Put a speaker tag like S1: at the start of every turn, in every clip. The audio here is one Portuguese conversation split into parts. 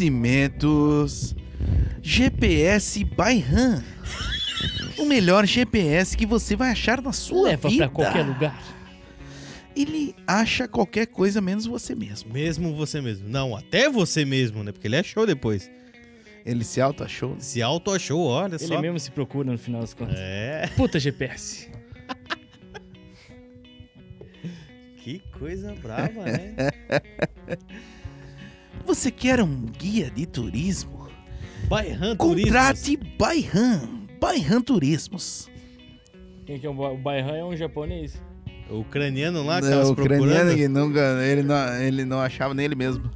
S1: Oferecimentos GPS by Ram. O melhor GPS que você vai achar na sua
S2: Leva
S1: vida.
S2: pra qualquer lugar.
S1: Ele acha qualquer coisa menos você mesmo.
S3: Mesmo você mesmo. Não, até você mesmo, né? Porque ele achou depois.
S1: Ele se auto achou.
S3: Se auto-achou, olha
S2: Ele
S3: É só.
S2: mesmo se procura no final das contas.
S3: É.
S2: Puta GPS.
S3: Que coisa brava, né?
S1: Você quer um guia de turismo?
S3: Bairran
S1: Contrate Bayhan. Bayhan Turismos.
S2: Quem que é o Ba- o Baihan é um japonês.
S3: O ucraniano lá que
S1: Não,
S3: tava se
S1: o ucraniano é
S3: procurando.
S1: que nunca, ele não, ele não achava nem ele mesmo.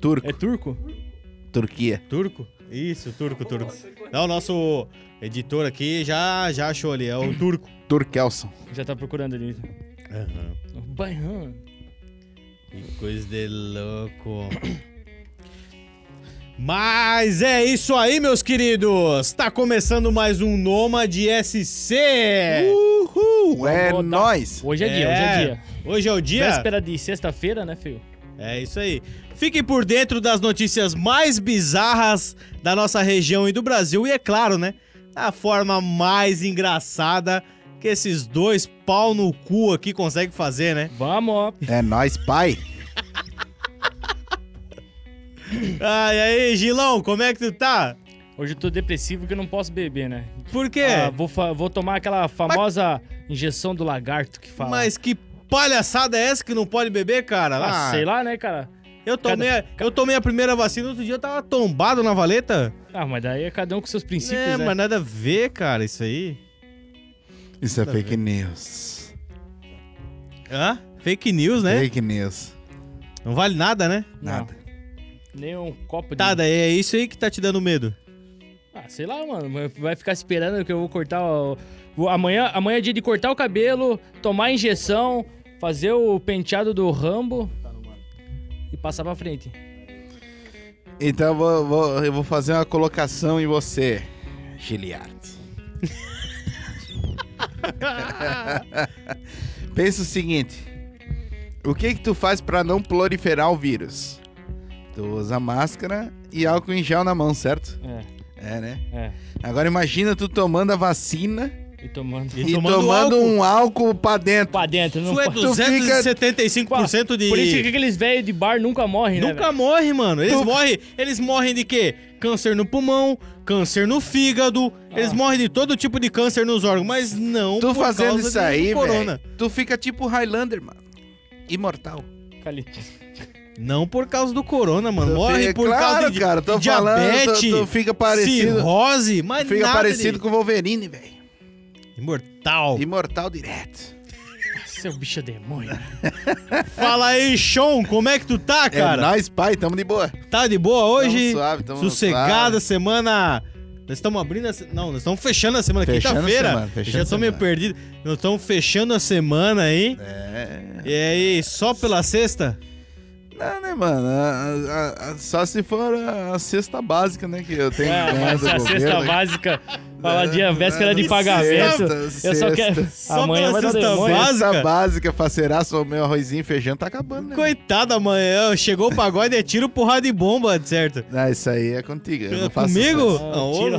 S1: Turco,
S2: É turco?
S3: É.
S1: Turquia.
S3: Turco? Isso, turco, turco. Não, o nosso editor aqui já, já achou ali, é o turco.
S1: Turkelson.
S2: Já tá procurando ali.
S3: Aham.
S2: O Baihan.
S3: Que coisa de louco. Mas é isso aí, meus queridos. Tá começando mais um Nômade SC.
S1: Uh! Uhul, é
S2: botar-
S1: nóis.
S2: Hoje é, dia,
S3: É.
S2: hoje é dia.
S3: Hoje é o dia.
S2: Véspera de sexta-feira, né, filho?
S3: É isso aí. Fiquem por dentro das notícias mais bizarras da nossa região e do Brasil. E é claro, né? A forma mais engraçada que esses dois pau no cu aqui conseguem fazer, né?
S2: Vamos, ó.
S1: É nóis, pai.
S3: Ah, e aí, Gilão, como é que tu tá?
S2: Hoje eu tô depressivo que eu não posso beber, né?
S3: Por quê?
S2: Ah, vou, fa- vou tomar aquela famosa injeção do lagarto que fala.
S3: Mas que palhaçada é essa que não pode beber, cara?
S2: Ah, sei lá, né, cara?
S3: Eu tomei, a- eu tomei a primeira vacina, outro dia eu tava tombado na valeta.
S2: Ah, mas daí é cada um com seus princípios,
S3: é,
S2: né?
S3: mas nada a ver, cara, isso aí.
S1: Isso é
S3: Nada a
S1: fake news.
S3: Hã? Fake news, né?
S1: Fake news.
S3: Não vale nada, né?
S2: Não,
S1: Nada.
S2: Nem um copo de...
S3: Tá, daí é isso aí que tá te dando medo.
S2: Ah, sei lá, mano. mas Vai ficar esperando que eu vou cortar o... vou- Amanhã, amanhã é dia de cortar o cabelo, tomar a injeção, fazer o penteado do Rambo e passar pra frente.
S1: Então eu vou, vou- eu vou fazer uma colocação em você, Giliard. Pensa o seguinte: o que que tu faz pra não proliferar o vírus? Tu usa máscara e álcool em gel na mão, certo?
S2: É,
S1: É, né?
S2: é.
S1: Agora imagina tu tomando a vacina
S2: E tomando...
S3: E
S1: e
S3: tomando
S1: tomando,
S3: álcool.
S1: um álcool pra dentro.
S2: Pra dentro, não...
S3: Isso é
S2: pa-
S1: tu fica-
S3: 275% de.
S2: Por isso que aqueles velhos de bar nunca morrem, né,
S3: Nunca
S2: velho?
S3: morre, mano. Eles
S1: Tu-
S3: morrem. Eles morrem de quê? Câncer no pulmão, câncer no fígado. Eles
S2: Ah.
S3: morrem de todo tipo de câncer nos órgãos, mas não.
S1: Tu
S3: por
S1: fazendo
S3: causa
S1: isso
S3: de
S1: aí,
S3: corona.
S1: velho, tu fica tipo Highlander, mano. Imortal.
S2: Cali-
S3: Não por causa do corona, mano.
S1: Tu
S3: Morre
S1: fica-
S3: por
S1: claro,
S3: causa de,
S1: cara,
S3: de
S1: tô falando, tu-
S3: diabetes,
S1: tu fica parecido,
S3: cirrose, mas
S1: fica
S3: nada
S1: parecido
S3: de...
S1: com o Wolverine, velho.
S3: Imortal.
S1: Imortal direto.
S2: Seu bicho é demônio.
S3: Fala aí, Sean, como é que tu tá,
S1: é
S3: cara?
S1: nóis, pai, tamo de boa.
S3: tá de boa hoje?
S1: Tamo suave, tamo
S3: Sossegada,
S1: suave.
S3: semana. Nós estamos abrindo a se... Não, nós estamos fechando a semana.
S1: Fechando a semana,
S3: Quinta-feira.
S1: fechando
S3: Já tô meio
S1: a semana.
S3: perdido. Nós estamos fechando a semana aí.
S1: É.
S3: E aí, só pela sexta?
S1: Não, né, mano? A- a- a- só se for a, a cesta básica, né? Que eu tenho.
S2: É,
S1: que ganhar
S2: mas
S1: do
S2: a cesta
S1: governo.
S2: básica, faladinha, véspera de
S1: Sexta,
S2: pagamento. eu só
S1: sexta.
S2: quero.
S3: Só
S2: Amanhã
S3: pela
S2: vai dar
S3: cesta
S2: demônio.
S3: básica.
S1: Cesta básica, parceiraço, o meu arrozinho e feijão tá acabando, né?
S3: Coitada, amanhã. Chegou o pagode, é tiro, porrada e bomba, certo?
S1: Ah, isso aí é contigo. Eu não faço
S3: Comigo?
S1: isso.
S2: Ah,
S3: ô,
S2: tiro,
S3: louco.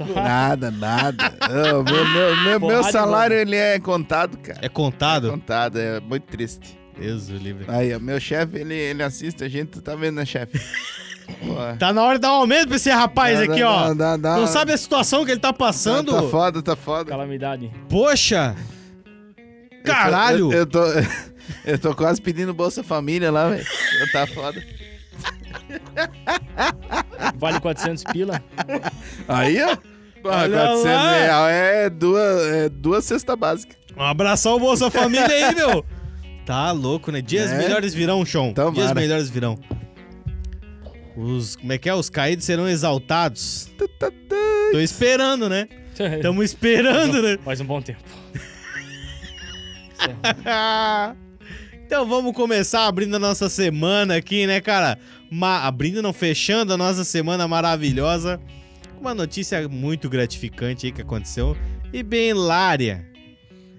S2: ratatá.
S1: Nada, nada. Ô, meu, meu, meu- meu
S2: Porrada,
S1: salário, ele é contado, cara.
S3: É contado?
S1: contado, é muito triste.
S3: Deus o livre.
S1: Aí, ó, meu chefe, ele, ele assiste a gente, tu tá vendo, né, chefe? Porra.
S3: Tá na hora de dar um aumento pra esse rapaz
S1: Dá-
S3: aqui,
S1: dá-
S3: ó.
S1: dá- dá-
S3: Não sabe a situação que ele tá
S1: Tá,
S3: passando?
S1: tá foda, tá foda.
S2: Calamidade.
S3: Poxa! Caralho!
S1: Eu, tô, eu, eu tô, eu tô quase pedindo Bolsa Família lá, velho. Tá foda.
S2: Vale 400 pila.
S1: Aí, ó. Porra,
S3: Olha
S1: 400
S3: lá.
S1: real é duas, é duas cestas básicas.
S3: Um abração, Bolsa Família aí, meu! Então Tá louco, né? Dias
S1: Né?
S3: melhores virão, Sean.
S1: Tomara.
S3: Dias melhores virão. Os. Como é que é? Os caídos serão exaltados. Tô esperando, né? Tamo esperando, né?
S2: Faz um bom tempo.
S3: Então vamos começar abrindo a nossa semana aqui, né, cara? Ma- abrindo, não, fechando a nossa semana maravilhosa com uma notícia muito gratificante aí que aconteceu e bem hilária.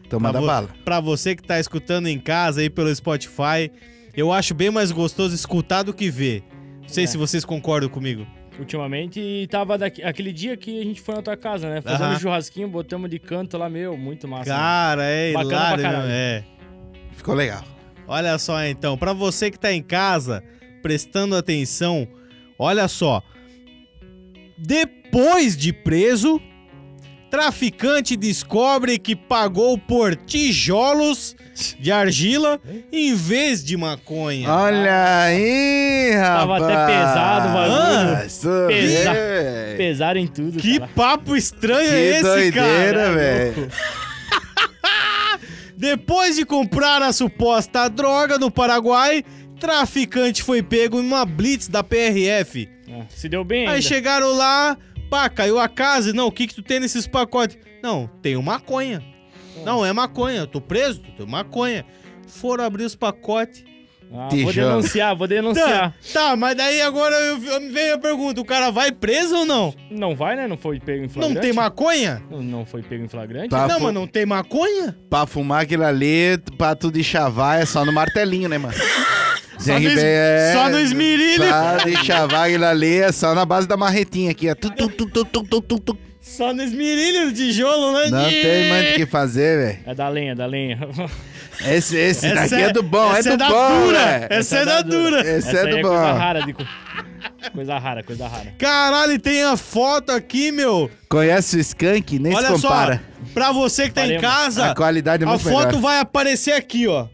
S1: Então
S3: Pra
S1: manda
S3: vo-
S1: bala.
S3: Pra você que tá escutando em casa aí pelo Spotify, eu acho bem mais gostoso escutar do que ver. Não sei
S2: É.
S3: se vocês concordam comigo.
S2: Ultimamente, e tava daqui, aquele dia que a gente foi na tua casa, né? Fazendo
S3: Aham.
S2: um churrasquinho, botamos de canto lá, meu, muito massa. né?
S3: Cara, é
S2: Bacana pra
S3: hilário,
S2: caralho.
S3: mesmo, é.
S1: Ficou legal.
S3: Olha só então, pra você que tá em casa prestando atenção, olha só. Depois de preso, traficante descobre que pagou por tijolos de argila em vez de maconha.
S2: Ah,
S1: Olha aí,
S2: Tava
S1: rapaz.
S2: até pesado o bagulho.
S1: Ah, isso
S2: Pesa-
S1: é, velho.
S2: Pesaram em tudo,
S3: que
S2: cara.
S3: papo estranho é
S1: Que
S3: esse, cara?
S1: doideira, velho.
S3: Depois de comprar a suposta droga no Paraguai, traficante foi pego em uma blitz da PRF.
S2: Ah, Se deu bem ainda.
S3: Aí chegaram lá, pá, caiu a casa. Não, o que que tu tem nesses pacotes? Não, tenho maconha. Não, é maconha. Eu tô preso, tenho maconha. Foram abrir os pacotes.
S2: Ah, vou
S1: Tijolo.
S2: denunciar, vou
S3: Tá,
S2: denunciar.
S3: tá, mas daí agora eu, eu me veio a pergunta: o cara vai preso ou não?
S2: Não vai, né? Não foi pego em flagrante.
S3: Não tem maconha?
S2: Não, não foi pego em flagrante.
S1: Tá. Ah,
S3: não,
S1: pô.
S3: mas não tem maconha?
S1: Pra fumar aquilo ali, pra tudo enxavar, é só no martelinho, né, mano?
S3: Só no, es- só no esmirilho.
S1: Pra deixavar aquilo ali, é só na base da marretinha aqui. ó. Tu, tu, tu, tu, tu, tu, tu, tu.
S3: Só no esmirilho, no tijolo, né?
S1: Não tem mais o que fazer, velho.
S2: É da lenha, da lenha.
S1: Esse, esse
S3: Essa
S1: daqui é, do bom, é
S3: essa
S1: do
S3: da
S1: bom,
S3: dura.
S1: velho.
S3: Essa é da dura.
S1: Esse
S2: Essa
S1: é
S2: aí
S1: do
S2: é coisa
S1: bom.
S2: rara, de co- Coisa rara, coisa rara.
S3: Caralho, tem a foto aqui, meu.
S1: Conhece o Skank? Nem
S3: Olha
S1: se compara.
S3: só, pra você que tá em
S2: Faremos.
S3: casa,
S1: A qualidade é
S3: a
S1: muito
S3: foto
S1: melhor.
S3: vai aparecer aqui, ó.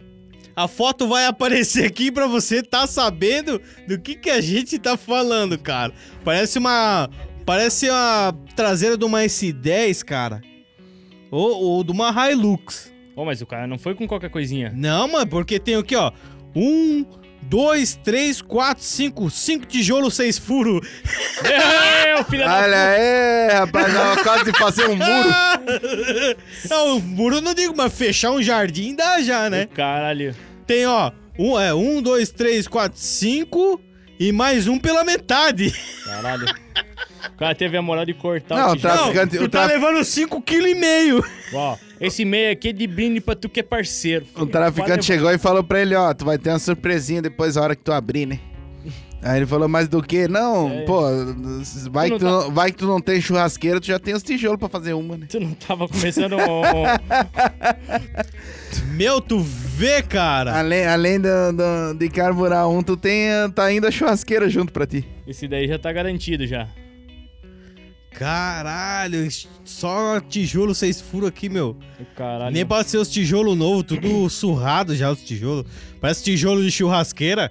S3: A foto vai aparecer aqui pra você tá sabendo do que que a gente tá falando, cara. Parece uma parece a traseira de uma S10, cara. Ou, ou de uma Hilux.
S2: Ô, mas o cara não foi com qualquer coisinha.
S3: Não, mano, porque tem aqui, ó. Um, dois, três, quatro, cinco, cinco tijolos, seis furos.
S2: Meu filho da
S3: Ah,
S1: Olha aí, rapaz, tava quase de fazer um muro.
S3: é, o muro eu não digo, mas fechar um jardim dá já, né?
S2: Caralho.
S3: Tem, ó, um, é, um, dois, três, quatro, cinco e mais um pela metade.
S2: Caralho. O cara teve a moral de cortar
S1: Não,
S2: o tijolo.
S1: tá- Traficante,
S3: tu
S1: o
S3: tá
S1: traf-
S3: levando cinco kg e meio.
S2: Ó, esse meio aqui é de brinde pra tu que é parceiro.
S1: O Um traficante
S2: Pode
S1: chegou e falou pra ele, ó, tu vai ter uma surpresinha depois da hora que tu abrir, né? Aí ele falou, mas do que? Não,
S2: É.
S1: pô, vai
S2: Tu
S1: que, tu
S2: não tá
S1: não, vai que tu não tem churrasqueira, tu já tem os tijolos pra fazer uma, né?
S2: levar- Tu não tava começando um...
S3: Meu, tu vê,
S2: Tá.
S3: cara.
S1: Além, além da- da- de carburar um, tu tem, eh, tá ainda a churrasqueira junto pra ti.
S2: Esse daí já tá garantido já.
S3: Caralho, só tijolo seis furos aqui, meu.
S2: Caralho.
S3: Nem pra ser os tijolos novos, tudo surrado já os tijolos. Parece tijolo de churrasqueira.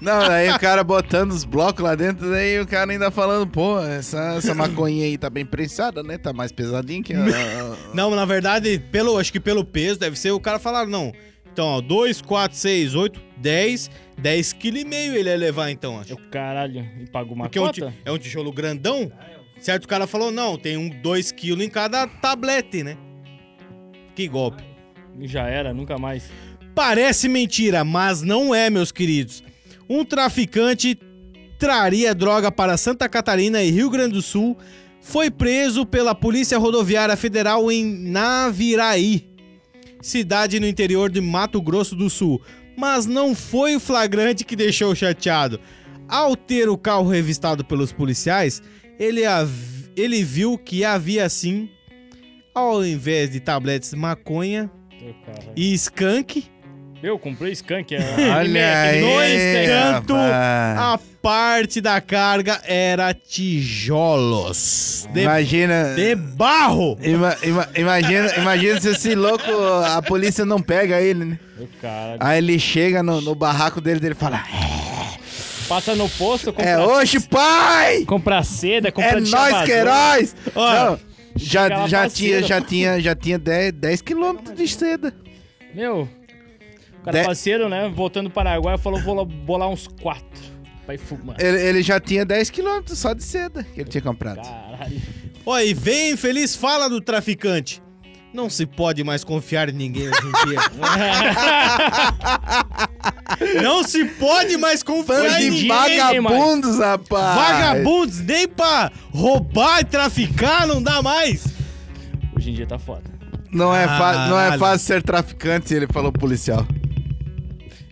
S1: Não, aí o cara botando os blocos lá dentro, daí o cara ainda falando, pô, essa, essa maconha aí tá bem prensada, né? Tá mais pesadinha que a... a-
S3: Não, na verdade, pelo, acho que pelo peso, deve ser o cara falar, não. Então, ó, 2, 4, 6, 8, 10, 10 kg e meio ele ia levar, então, acho.
S2: Eu, caralho. E pagou uma
S3: Porque é um, ti-
S2: cota?
S3: é um tijolo grandão, certo? O cara falou, não, tem um 2 kg em cada tablete, né? Que golpe.
S2: Já era, nunca mais.
S3: Parece mentira, mas não é, meus queridos. Um traficante traria droga para Santa Catarina e Rio Grande do Sul foi preso pela Polícia Rodoviária Federal em Naviraí, cidade no interior de Mato Grosso do Sul. Mas não foi o flagrante que deixou chateado. Ao ter o carro revistado pelos policiais, ele, hav- ele viu que havia sim, ao invés de tabletes maconha
S2: Meu, caralho.
S3: e skunk,
S2: Eu comprei skunk. É...
S1: Olha aí,
S3: no encanto,
S1: rapaz.
S3: A parte da carga era tijolos de,
S1: Imagina...
S3: de barro.
S1: Ima- ima- imagina, imagina se esse louco, a polícia não pega ele, né?
S2: Meu, caralho.
S1: Aí ele chega no, no barraco dele e ele fala:
S2: Passa no posto, compra...
S1: É hoje, pai!
S2: Compra seda, compra
S1: É
S2: de
S1: nós que
S2: chavador.
S1: heróis!
S3: Ó,
S1: Não, já,
S2: lá
S1: já,
S2: parceiro.
S1: tinha, já tinha, já tinha 10, 10 quilômetros de seda.
S2: Meu, o cara
S1: De-
S2: parceiro, né? Voltando do Paraguai, falou: vou lá bolar uns quatro pra ir fumar.
S1: Ele, ele já tinha 10 quilômetros só de seda que ele tinha comprado.
S2: Caralho.
S3: Ó, e vem a infeliz fala do traficante. Não se pode mais confiar em ninguém hoje em dia. Não se pode mais confiar
S1: Bando
S3: em
S1: de
S2: ninguém,
S3: ninguém.
S1: vagabundos, rapaz.
S3: Vagabundos, nem pra roubar e traficar não dá mais.
S2: Hoje em dia tá foda.
S1: Não é, fa- não é
S3: Caralho.
S1: fácil ser traficante, ele falou policial.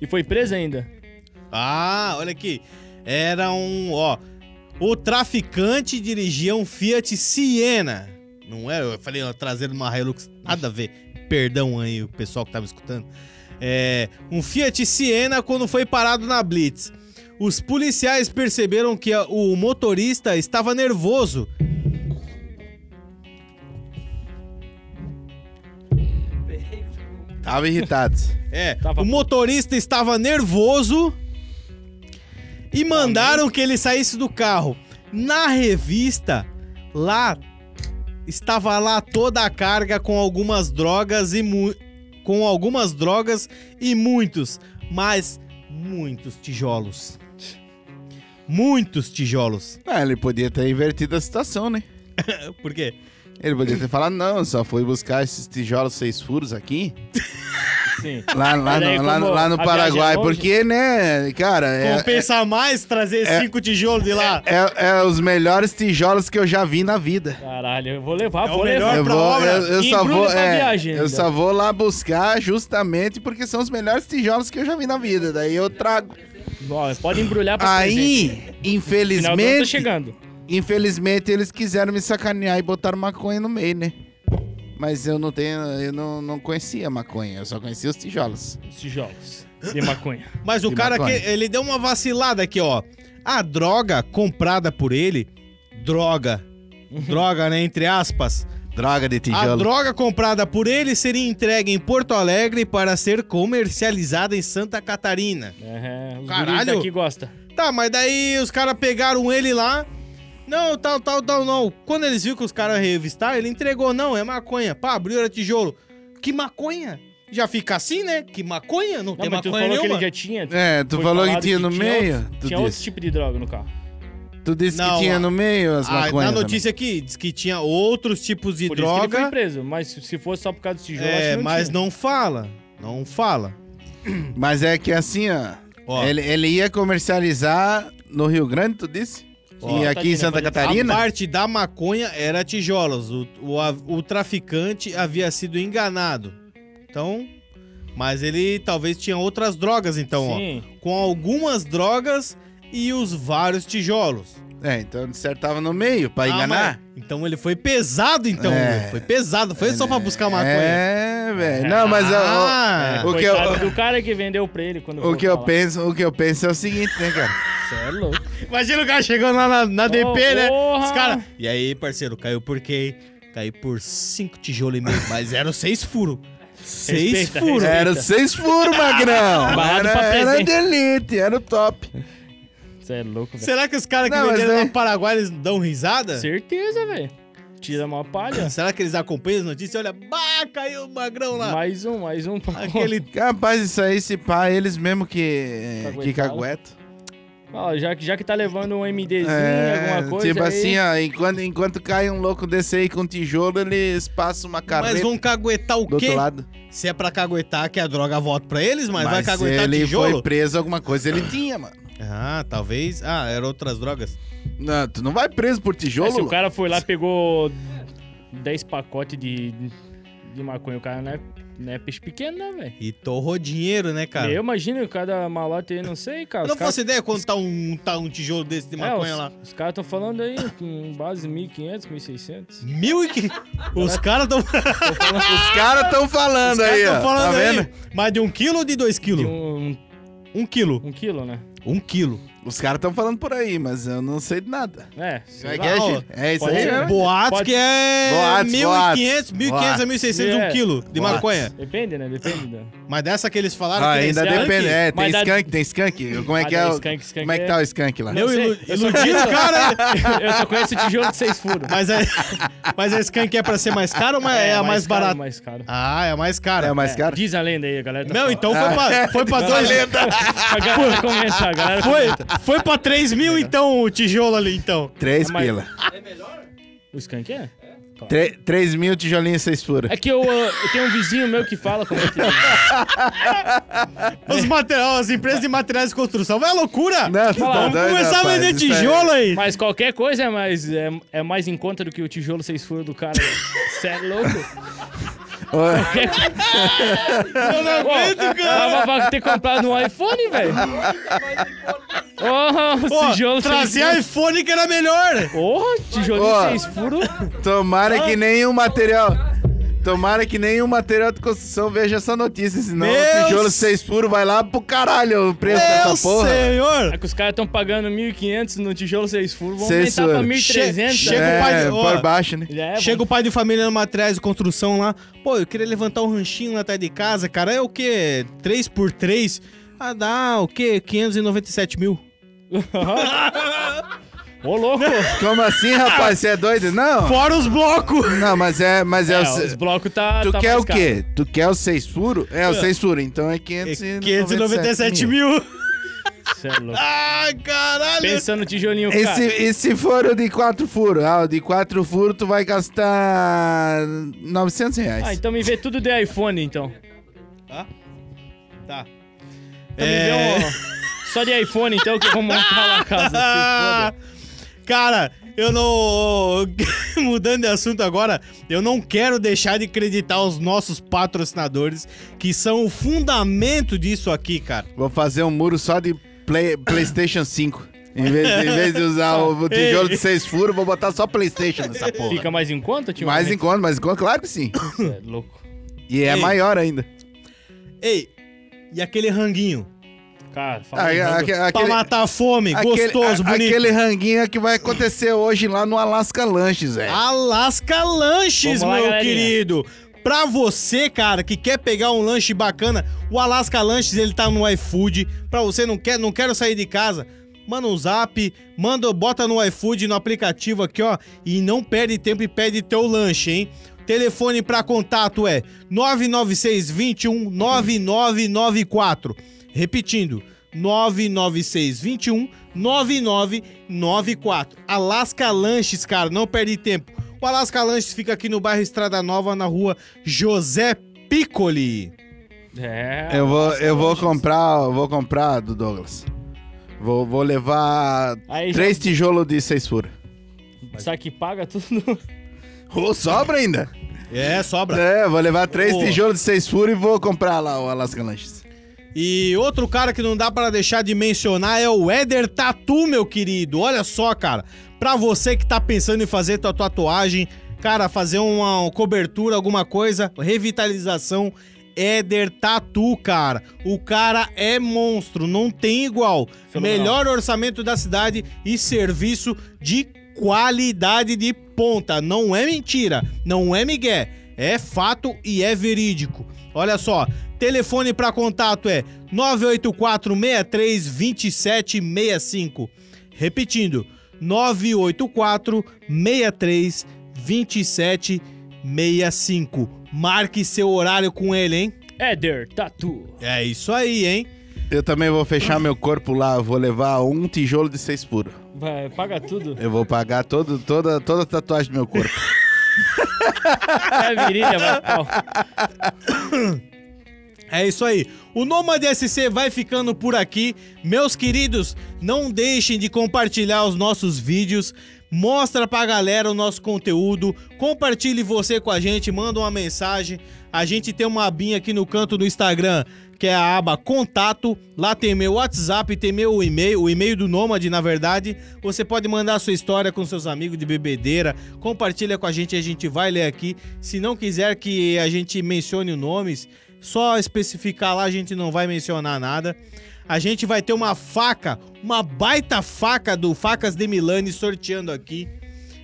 S2: E foi preso ainda.
S3: Ah, olha aqui. Era um, ó. O traficante dirigia um Fiat Siena. Não é? Eu falei, ó, traseiro de uma Hilux. Nada a ver. Perdão aí o pessoal que tá me escutando. É, um Fiat Siena quando foi parado na Blitz. Os policiais perceberam que a- o motorista estava nervoso.
S1: Tava irritado.
S3: É,
S2: Tava
S3: o
S2: puto.
S3: motorista estava nervoso e mandaram que ele saísse do carro. Na revista, lá estava lá toda a carga com algumas drogas e mu- com algumas drogas e muitos, mas muitos tijolos. Muitos tijolos.
S1: Ah, ele podia ter invertido a situação, né?
S3: Por quê?
S1: Ele podia ter falado, não, eu só fui buscar esses tijolos seis furos aqui.
S2: Sim.
S1: Lá, lá,
S2: Mas aí,
S1: no, lá,
S2: como
S1: lá
S2: a
S1: no
S2: viagem
S1: Paraguai.
S2: é longe-
S1: Porque, né, cara, é,
S3: Compensa mais trazer
S1: é-
S3: cinco tijolos de lá.
S1: é- é os melhores tijolos que eu já vi na vida.
S2: Caralho, eu vou levar,
S3: É o
S2: vou
S3: melhor
S2: levar.
S1: Eu,
S3: pra
S1: vou,
S3: obra,
S1: eu, eu
S2: e
S1: só
S2: embrulha
S1: vou,
S2: pra
S1: é,
S2: viagem
S1: eu
S2: ainda.
S1: só vou lá buscar justamente porque são os melhores tijolos que eu já vi na vida. Daí eu trago.
S2: Ó, pode embrulhar pra presente.
S1: Aí,
S2: Final do ano tá
S1: infelizmente,
S2: chegando.
S1: Infelizmente eles quiseram me sacanear e botaram maconha no meio, né? Mas eu não tenho, eu não, não conhecia maconha, eu só conhecia os tijolos.
S2: Os tijolos de maconha.
S3: Mas o
S1: De
S3: cara que
S1: maconha.
S3: ele deu uma vacilada aqui, ó. A droga comprada por ele, droga,
S1: Uhum.
S3: droga, né, entre aspas.
S1: Droga de
S3: A
S1: tijolo.
S3: droga comprada por ele seria entregue em Porto Alegre para ser comercializada em Santa Catarina.
S2: É, os
S3: Caralho.
S2: Caralho. daqui gosta.
S3: Tá, mas daí os caras pegaram ele lá. Não, tal, tal, tal, não. Quando eles viram que os caras iam revistar, ele entregou, não, é maconha. Pá, abriu, era tijolo. Que maconha? Já fica assim, né? Que maconha? Não,
S2: Não,
S3: tem
S2: mas tu
S3: maconha
S2: falou que
S3: nenhuma.
S2: ele já tinha.
S1: É, tu
S2: foi
S1: falou que
S2: falado
S1: tinha no
S2: tinha
S1: meio?
S2: outros-
S1: tu,
S2: tinha outro
S1: disse.
S2: tipo de droga no carro.
S1: tu disse
S3: Não,
S1: que tinha
S3: a-
S1: no meio as
S3: Ah,
S1: maconhas.
S3: na notícia aqui diz que tinha outros tipos de
S2: Por isso que ele
S3: droga.
S2: foi preso. Mas se fosse só por causa dos tijolos, acho
S3: é,
S2: que não
S3: mas
S2: tinha.
S3: não fala. Não fala.
S1: também. Mas é que assim, ó.
S3: Ó,
S1: Ele, ele ia comercializar no Rio Grande, tu disse?
S3: Ó.
S1: e aqui em Santa
S3: a
S1: Catarina?
S3: parte da maconha era tijolos. O, o, a- o traficante havia sido enganado. Então, mas ele talvez tinha outras drogas, então,
S2: Sim.
S3: ó. Com algumas drogas e os vários tijolos.
S1: É, então acertava no meio, pra
S3: Ah,
S1: enganar.
S3: mas- Então ele foi pesado, então.
S1: É.
S3: Foi pesado. Foi só pra buscar maconha.
S1: É, velho. Não, mas eu- eu,
S3: Ah,
S1: o que eu-
S2: Coitado do cara que vendeu pra ele quando
S1: O que, eu
S2: voltar lá.
S1: penso, o que eu penso é o seguinte, né, cara?
S2: Cê é louco.
S3: Imagina o cara chegando lá na, na DP, né?
S2: porra!
S3: Os caras. E aí, parceiro, caiu por quê? Caiu por cinco tijolos e meio, mas eram seis furos. Seis
S2: Respeita,
S3: furos.
S2: respeita.
S1: Era seis furos, magrão.
S2: Barrado
S1: era,
S2: pra
S1: era
S2: presente.
S1: delete, era o top.
S2: Você é louco, velho.
S3: Será que os caras que
S1: Não, mas é.
S3: venderam
S1: daí-
S3: no Paraguai eles dão risada?
S2: Certeza, velho. Tira uma palha.
S3: Será que eles acompanham as notícias? Olha, bah, caiu o magrão lá.
S2: Mais um, mais um.
S3: Aquele.
S1: Capaz de sair esse pá, eles mesmo que,
S2: Caguetaram.
S1: que cagueto.
S2: Ó, já, que- já que tá levando um MDzinho, alguma coisa.
S1: tipo
S2: aí-
S1: assim, ó, enquanto, enquanto cai um louco desse aí com tijolo, eles passam uma carreta
S3: Mas vão caguetar o
S1: do outro
S3: quê?
S1: lado.
S3: Se é pra caguetar que a droga volta pra eles, mas, vai
S1: se
S3: caguetar
S1: ele
S3: tijolo?
S1: foi preso, alguma coisa ele tinha, mano.
S3: Ah, talvez. Ah, eram outras drogas.
S1: Não, tu não vai preso por
S2: É,
S1: tijolo?
S2: se o
S1: Lu?
S2: cara foi lá pegou 10 pacotes de, de maconha, o cara não é, não é peixe pequeno, não, velho.
S3: E torrou dinheiro, né, cara?
S2: Eu imagino cada malote aí, não sei, cara.
S3: Eu
S2: os
S3: não
S2: cara-
S3: faço ideia quanto tá um, tá um tijolo desse de
S2: É,
S3: maconha
S2: os,
S3: lá.
S2: Os caras estão falando aí com base 1.500, 1.600.
S3: Mil e que... Os caras estão
S1: Os caras tão falando aí, ó.
S3: falando
S1: tá vendo?
S3: aí. Mais de um quilo ou de dois
S2: De
S3: quilos?
S2: um,
S3: Um quilo.
S2: um quilo, né?
S3: Um quilo.
S1: Os caras tão falando por aí, mas eu não sei de nada.
S2: É,
S1: Como
S2: sei
S1: é
S2: lá.
S1: que é,
S3: ó,
S1: Gil? É isso
S2: pode
S1: aí,
S2: ser
S1: né?
S2: boa.
S3: Boatos
S2: Pode-
S3: que é
S1: Boatos,
S3: 1.500, 1.500 a
S1: boatos.
S3: 1.600 um
S2: É.
S3: quilo de
S1: Boatos.
S3: maconha.
S2: Depende, né? Depende. Da...
S3: Mas dessa que eles falaram
S1: Ah,
S3: que
S1: ainda
S2: skunk.
S1: depende. É, tem
S2: Mas dá-
S1: skunk, tem skunk. Como é
S2: Ah,
S1: que é
S2: não,
S1: o...
S2: skunk, skunk
S1: Como é que tá o skunk lá?
S2: Não
S3: Eu
S2: sei,
S3: ilu-
S2: eu só
S3: iludi o
S2: conheço-
S3: cara.
S2: Eu só conheço tijolo de seis furos.
S3: Mas, é, mas a skunk é pra ser mais caro ou mais- é, a mais,
S2: caro,
S3: barata?
S2: mais caro.
S3: Ah, é a mais cara.
S1: É a Ah. mais
S2: É,
S1: cara?
S2: Diz a lenda aí, a galera. Tá
S3: Não, então foi pra, foi pra dois...
S1: tá?
S2: A galera comenta, a galera
S3: Foi,
S2: comenta.
S3: foi pra 3 mil, então, o tijolo ali, então.
S1: Três
S2: É mais-
S1: pila.
S2: O skunk é?
S1: Tre- 3 mil tijolinhos seis furos.
S2: É que eu, ah, eu tenho um vizinho meu que fala como é que...
S3: Os materiais, as empresas de materiais de construção. Vai à loucura!
S1: É. Não, vocês tão
S2: Fala,
S3: Vamos
S1: doido,
S3: começar a
S1: rapaz,
S3: vender
S1: isso é- aí.
S3: tijolo aí.
S2: Mas qualquer coisa é mais, é, é mais em conta do que o tijolo seis furos do cara. Você é louco?
S1: Ô,
S2: Qualquer...
S3: Eu não aguento, cara.
S2: Dava pra ter comprado um iPhone, velho. Oh,
S3: Pô,
S2: tijolo seis
S3: trazer
S2: furos.
S3: iPhone que era melhor.
S2: Porra, tijolinho
S1: Ó.
S2: seis furos.
S1: Tomara que nenhum material. Tomara que nenhum material de construção veja essa notícia, senão
S3: Meu
S1: o tijolo
S3: s-
S1: seis furos vai lá pro caralho o preço
S3: Meu
S1: dessa porra.
S2: É
S3: senhor.
S2: que os caras estão pagando 1.500 no tijolo seis furos, vão
S1: Seis
S2: aumentar pra
S1: furos.
S3: Che-
S2: 1.300.
S3: chega
S2: né?
S3: o pai de-
S1: É,
S3: ó.
S1: por baixo, né?
S2: Já é,
S3: Chega o pai de família no materiais de construção lá. Pô, eu queria levantar um ranchinho lá atrás de casa, cara. É o quê? 3x3? Ah, dá o quê? 597 mil.
S2: Ô, louco!
S1: Como assim, rapaz? Você é doido? Não.
S3: Fora os blocos!
S1: Não, mas é, mas é,
S2: É,
S1: o se-
S2: os blocos tá.
S1: Tu
S2: tá
S1: quer
S2: mais
S1: o
S2: caro.
S1: quê? Tu quer o seis furo? É, o
S3: É.
S1: seis furo, então é
S3: 597
S1: 597 mil.
S3: mil.
S2: Cê é louco.
S3: Ah, caralho!
S2: Pensa no tijolinho,
S1: E se,
S2: cara.
S1: e se for o de quatro furo? Ah, o de quatro furo tu vai gastar 900 reais.
S2: Ah, então me vê tudo de iPhone, então.
S3: Tá? Tá.
S2: Então
S1: É.
S2: me vê um... Só de iPhone, então, que eu vou montar lá a casa.
S3: Ah,
S2: se foda.
S3: Cara, eu não. Mudando de assunto agora, eu não quero deixar de acreditar os nossos patrocinadores, que são o fundamento disso aqui, cara.
S1: Vou fazer um muro só de Play- PlayStation 5. Em vez, em vez de usar o tijolo de seis furos, vou botar só PlayStation nessa porra.
S2: Fica né? mais em conta, tio?
S1: mais em conta, mais em conta, claro que sim.
S2: conta. É louco.
S1: E é
S3: Ei.
S1: maior ainda.
S3: Ei, e aquele ranguinho?
S2: Cara, fala.
S1: Ah,
S2: um
S1: aque-
S2: rango.
S1: aquele-
S3: pra matar a fome,
S1: aquele-
S3: Tá gostoso,
S1: a-
S3: bonito.
S1: Aquele ranguinho é que vai acontecer hoje lá no Alaska Lanches, velho.
S3: Alasca Lanches,
S2: Vamos lá,
S3: meu
S2: galerinha.
S3: querido. Pra você, cara, que quer pegar um lanche bacana, o Alasca Lanches, ele tá no iFood. Pra você não quer, não quero sair de casa, manda um zap, manda, bota no iFood, no aplicativo aqui, ó, e não perde tempo e pede teu lanche, hein? Telefone pra contato é 996 21 9994. Repetindo, 99621 9994. Alasca Lanches, cara, não perde tempo. O Alasca Lanches fica aqui no bairro Estrada Nova, na rua José Piccoli.
S2: É.
S1: Eu vou,
S2: Alaska
S1: eu vou
S2: Lanches.
S1: comprar, eu vou comprar do Douglas. Vou, vou levar
S2: Aí já-
S1: três tijolos de seis furos.
S2: Sabe que paga tudo?
S1: Ô, sobra ainda?
S3: É, sobra.
S1: É, vou levar três
S3: Boa.
S1: tijolos de seis furos e vou comprar lá o Alaska Lanches.
S3: E outro cara que não dá pra deixar de mencionar é o Éder Tatu, meu querido. Olha só, cara. Pra você que tá pensando em fazer tua tatuagem, cara, fazer uma, uma cobertura, alguma coisa, revitalização, Éder Tatu, cara. O cara é monstro, não tem igual.
S2: Fenomenal.
S3: Melhor orçamento da cidade e serviço de qualidade de ponta. Não é mentira, não é migué. É fato e é verídico. Olha só, telefone para contato é 984-63-2765. Repetindo, 984-63-2765. Marque seu horário com ele, hein?
S2: Éder, tatu.
S3: É isso aí, hein?
S1: Eu também vou fechar meu corpo lá, vou levar um tijolo de seis furos.
S2: Vai, paga tudo.
S1: Eu vou pagar todo, toda, toda a tatuagem do meu corpo.
S2: É virilha, vai pau.
S3: É isso aí. O Nomad SC vai ficando por aqui. Meus queridos, não deixem de compartilhar os nossos vídeos. Mostra pra galera o nosso conteúdo. Compartilhe você com a gente, manda uma mensagem. A gente tem uma abinha aqui no canto do Instagram, que é a aba Contato. Lá tem meu WhatsApp, tem meu e-mail, o e-mail do Nomad, na verdade. Você pode mandar sua história com seus amigos de bebedeira. Compartilha com a gente, a gente vai ler aqui. Se não quiser que a gente mencione os nomes, só especificar lá, a gente não vai mencionar nada. A gente vai ter uma faca, uma baita faca do Facas de Milani sorteando aqui.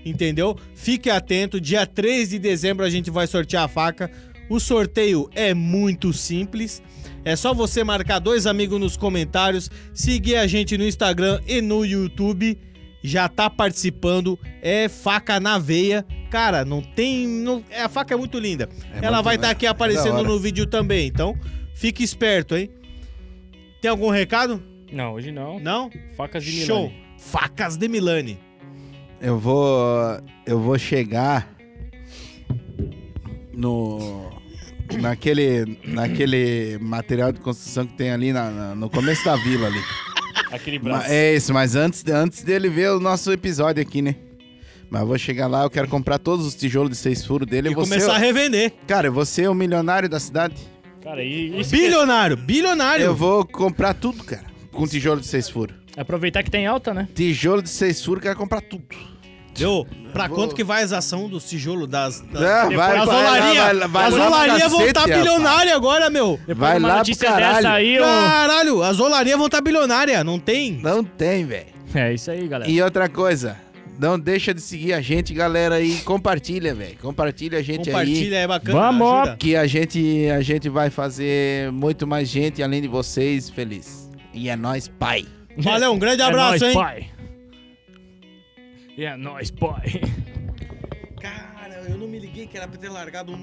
S3: Entendeu? Fique atento, dia 3 de dezembro a gente vai sortear a faca. O sorteio é muito simples. É só você marcar dois amigos nos comentários, seguir a gente no Instagram e no YouTube. Já tá participando, é faca na veia. Cara, não tem. não- é, a faca é muito linda. né? É Ela vai estar aqui
S1: da
S3: aparecendo
S1: hora.
S3: no vídeo também, então fique esperto, hein? Tem algum recado?
S2: Não, hoje não.
S3: Não?
S2: Facas de
S3: Show!
S2: Milani.
S3: Facas de Milani.
S1: Eu vou. Eu vou chegar no naquele naquele material de construção que tem ali na- na- no começo da vila ali.
S4: Aquele
S1: Ma-
S4: braço.
S1: É isso, mas antes, antes dele ver o nosso episódio aqui, né? Mas eu vou chegar lá, eu quero comprar todos os tijolos de seis furos dele.
S3: E
S1: eu vou ser-
S3: começar a revender.
S1: Cara, eu vou ser o milionário da cidade.
S4: Cara, e
S2: é-
S4: isso
S3: Bilionário, bilionário.
S1: Eu vou comprar tudo, cara. Com tijolo de seis furos.
S2: Aproveitar que tem alta, né?
S1: Tijolo de seis furos, quero comprar tudo.
S3: Deu, pra
S1: Vou-
S3: quanto que vai as ação dos tijolos das... das...
S1: Ah,
S3: as olarias, as
S1: lá pro
S3: olarias vão
S1: cacete,
S3: estar
S1: rapaz.
S3: bilionárias agora, meu.
S2: Depois
S1: Vai
S2: de uma
S1: lá pro
S2: notícia
S1: caralho.
S2: dessa aí, eu...
S3: Caralho, as olarias vão estar bilionárias, não tem?
S1: Não tem, velho.
S2: É isso aí, galera.
S1: E outra coisa, não deixa de seguir a gente, galera, aí. compartilha, velho. Compartilha a gente
S3: Compartilha, é bacana,
S2: Vamos.
S1: aí.
S3: ajuda.
S1: Que a gente, a gente vai fazer muito mais gente, além de vocês, feliz. E é nóis, pai.
S3: Valeu, um grande abraço,
S2: é nóis,
S3: hein?
S2: Pai. É nóis, pai.
S3: Cara, eu não me liguei que era pra ter largado um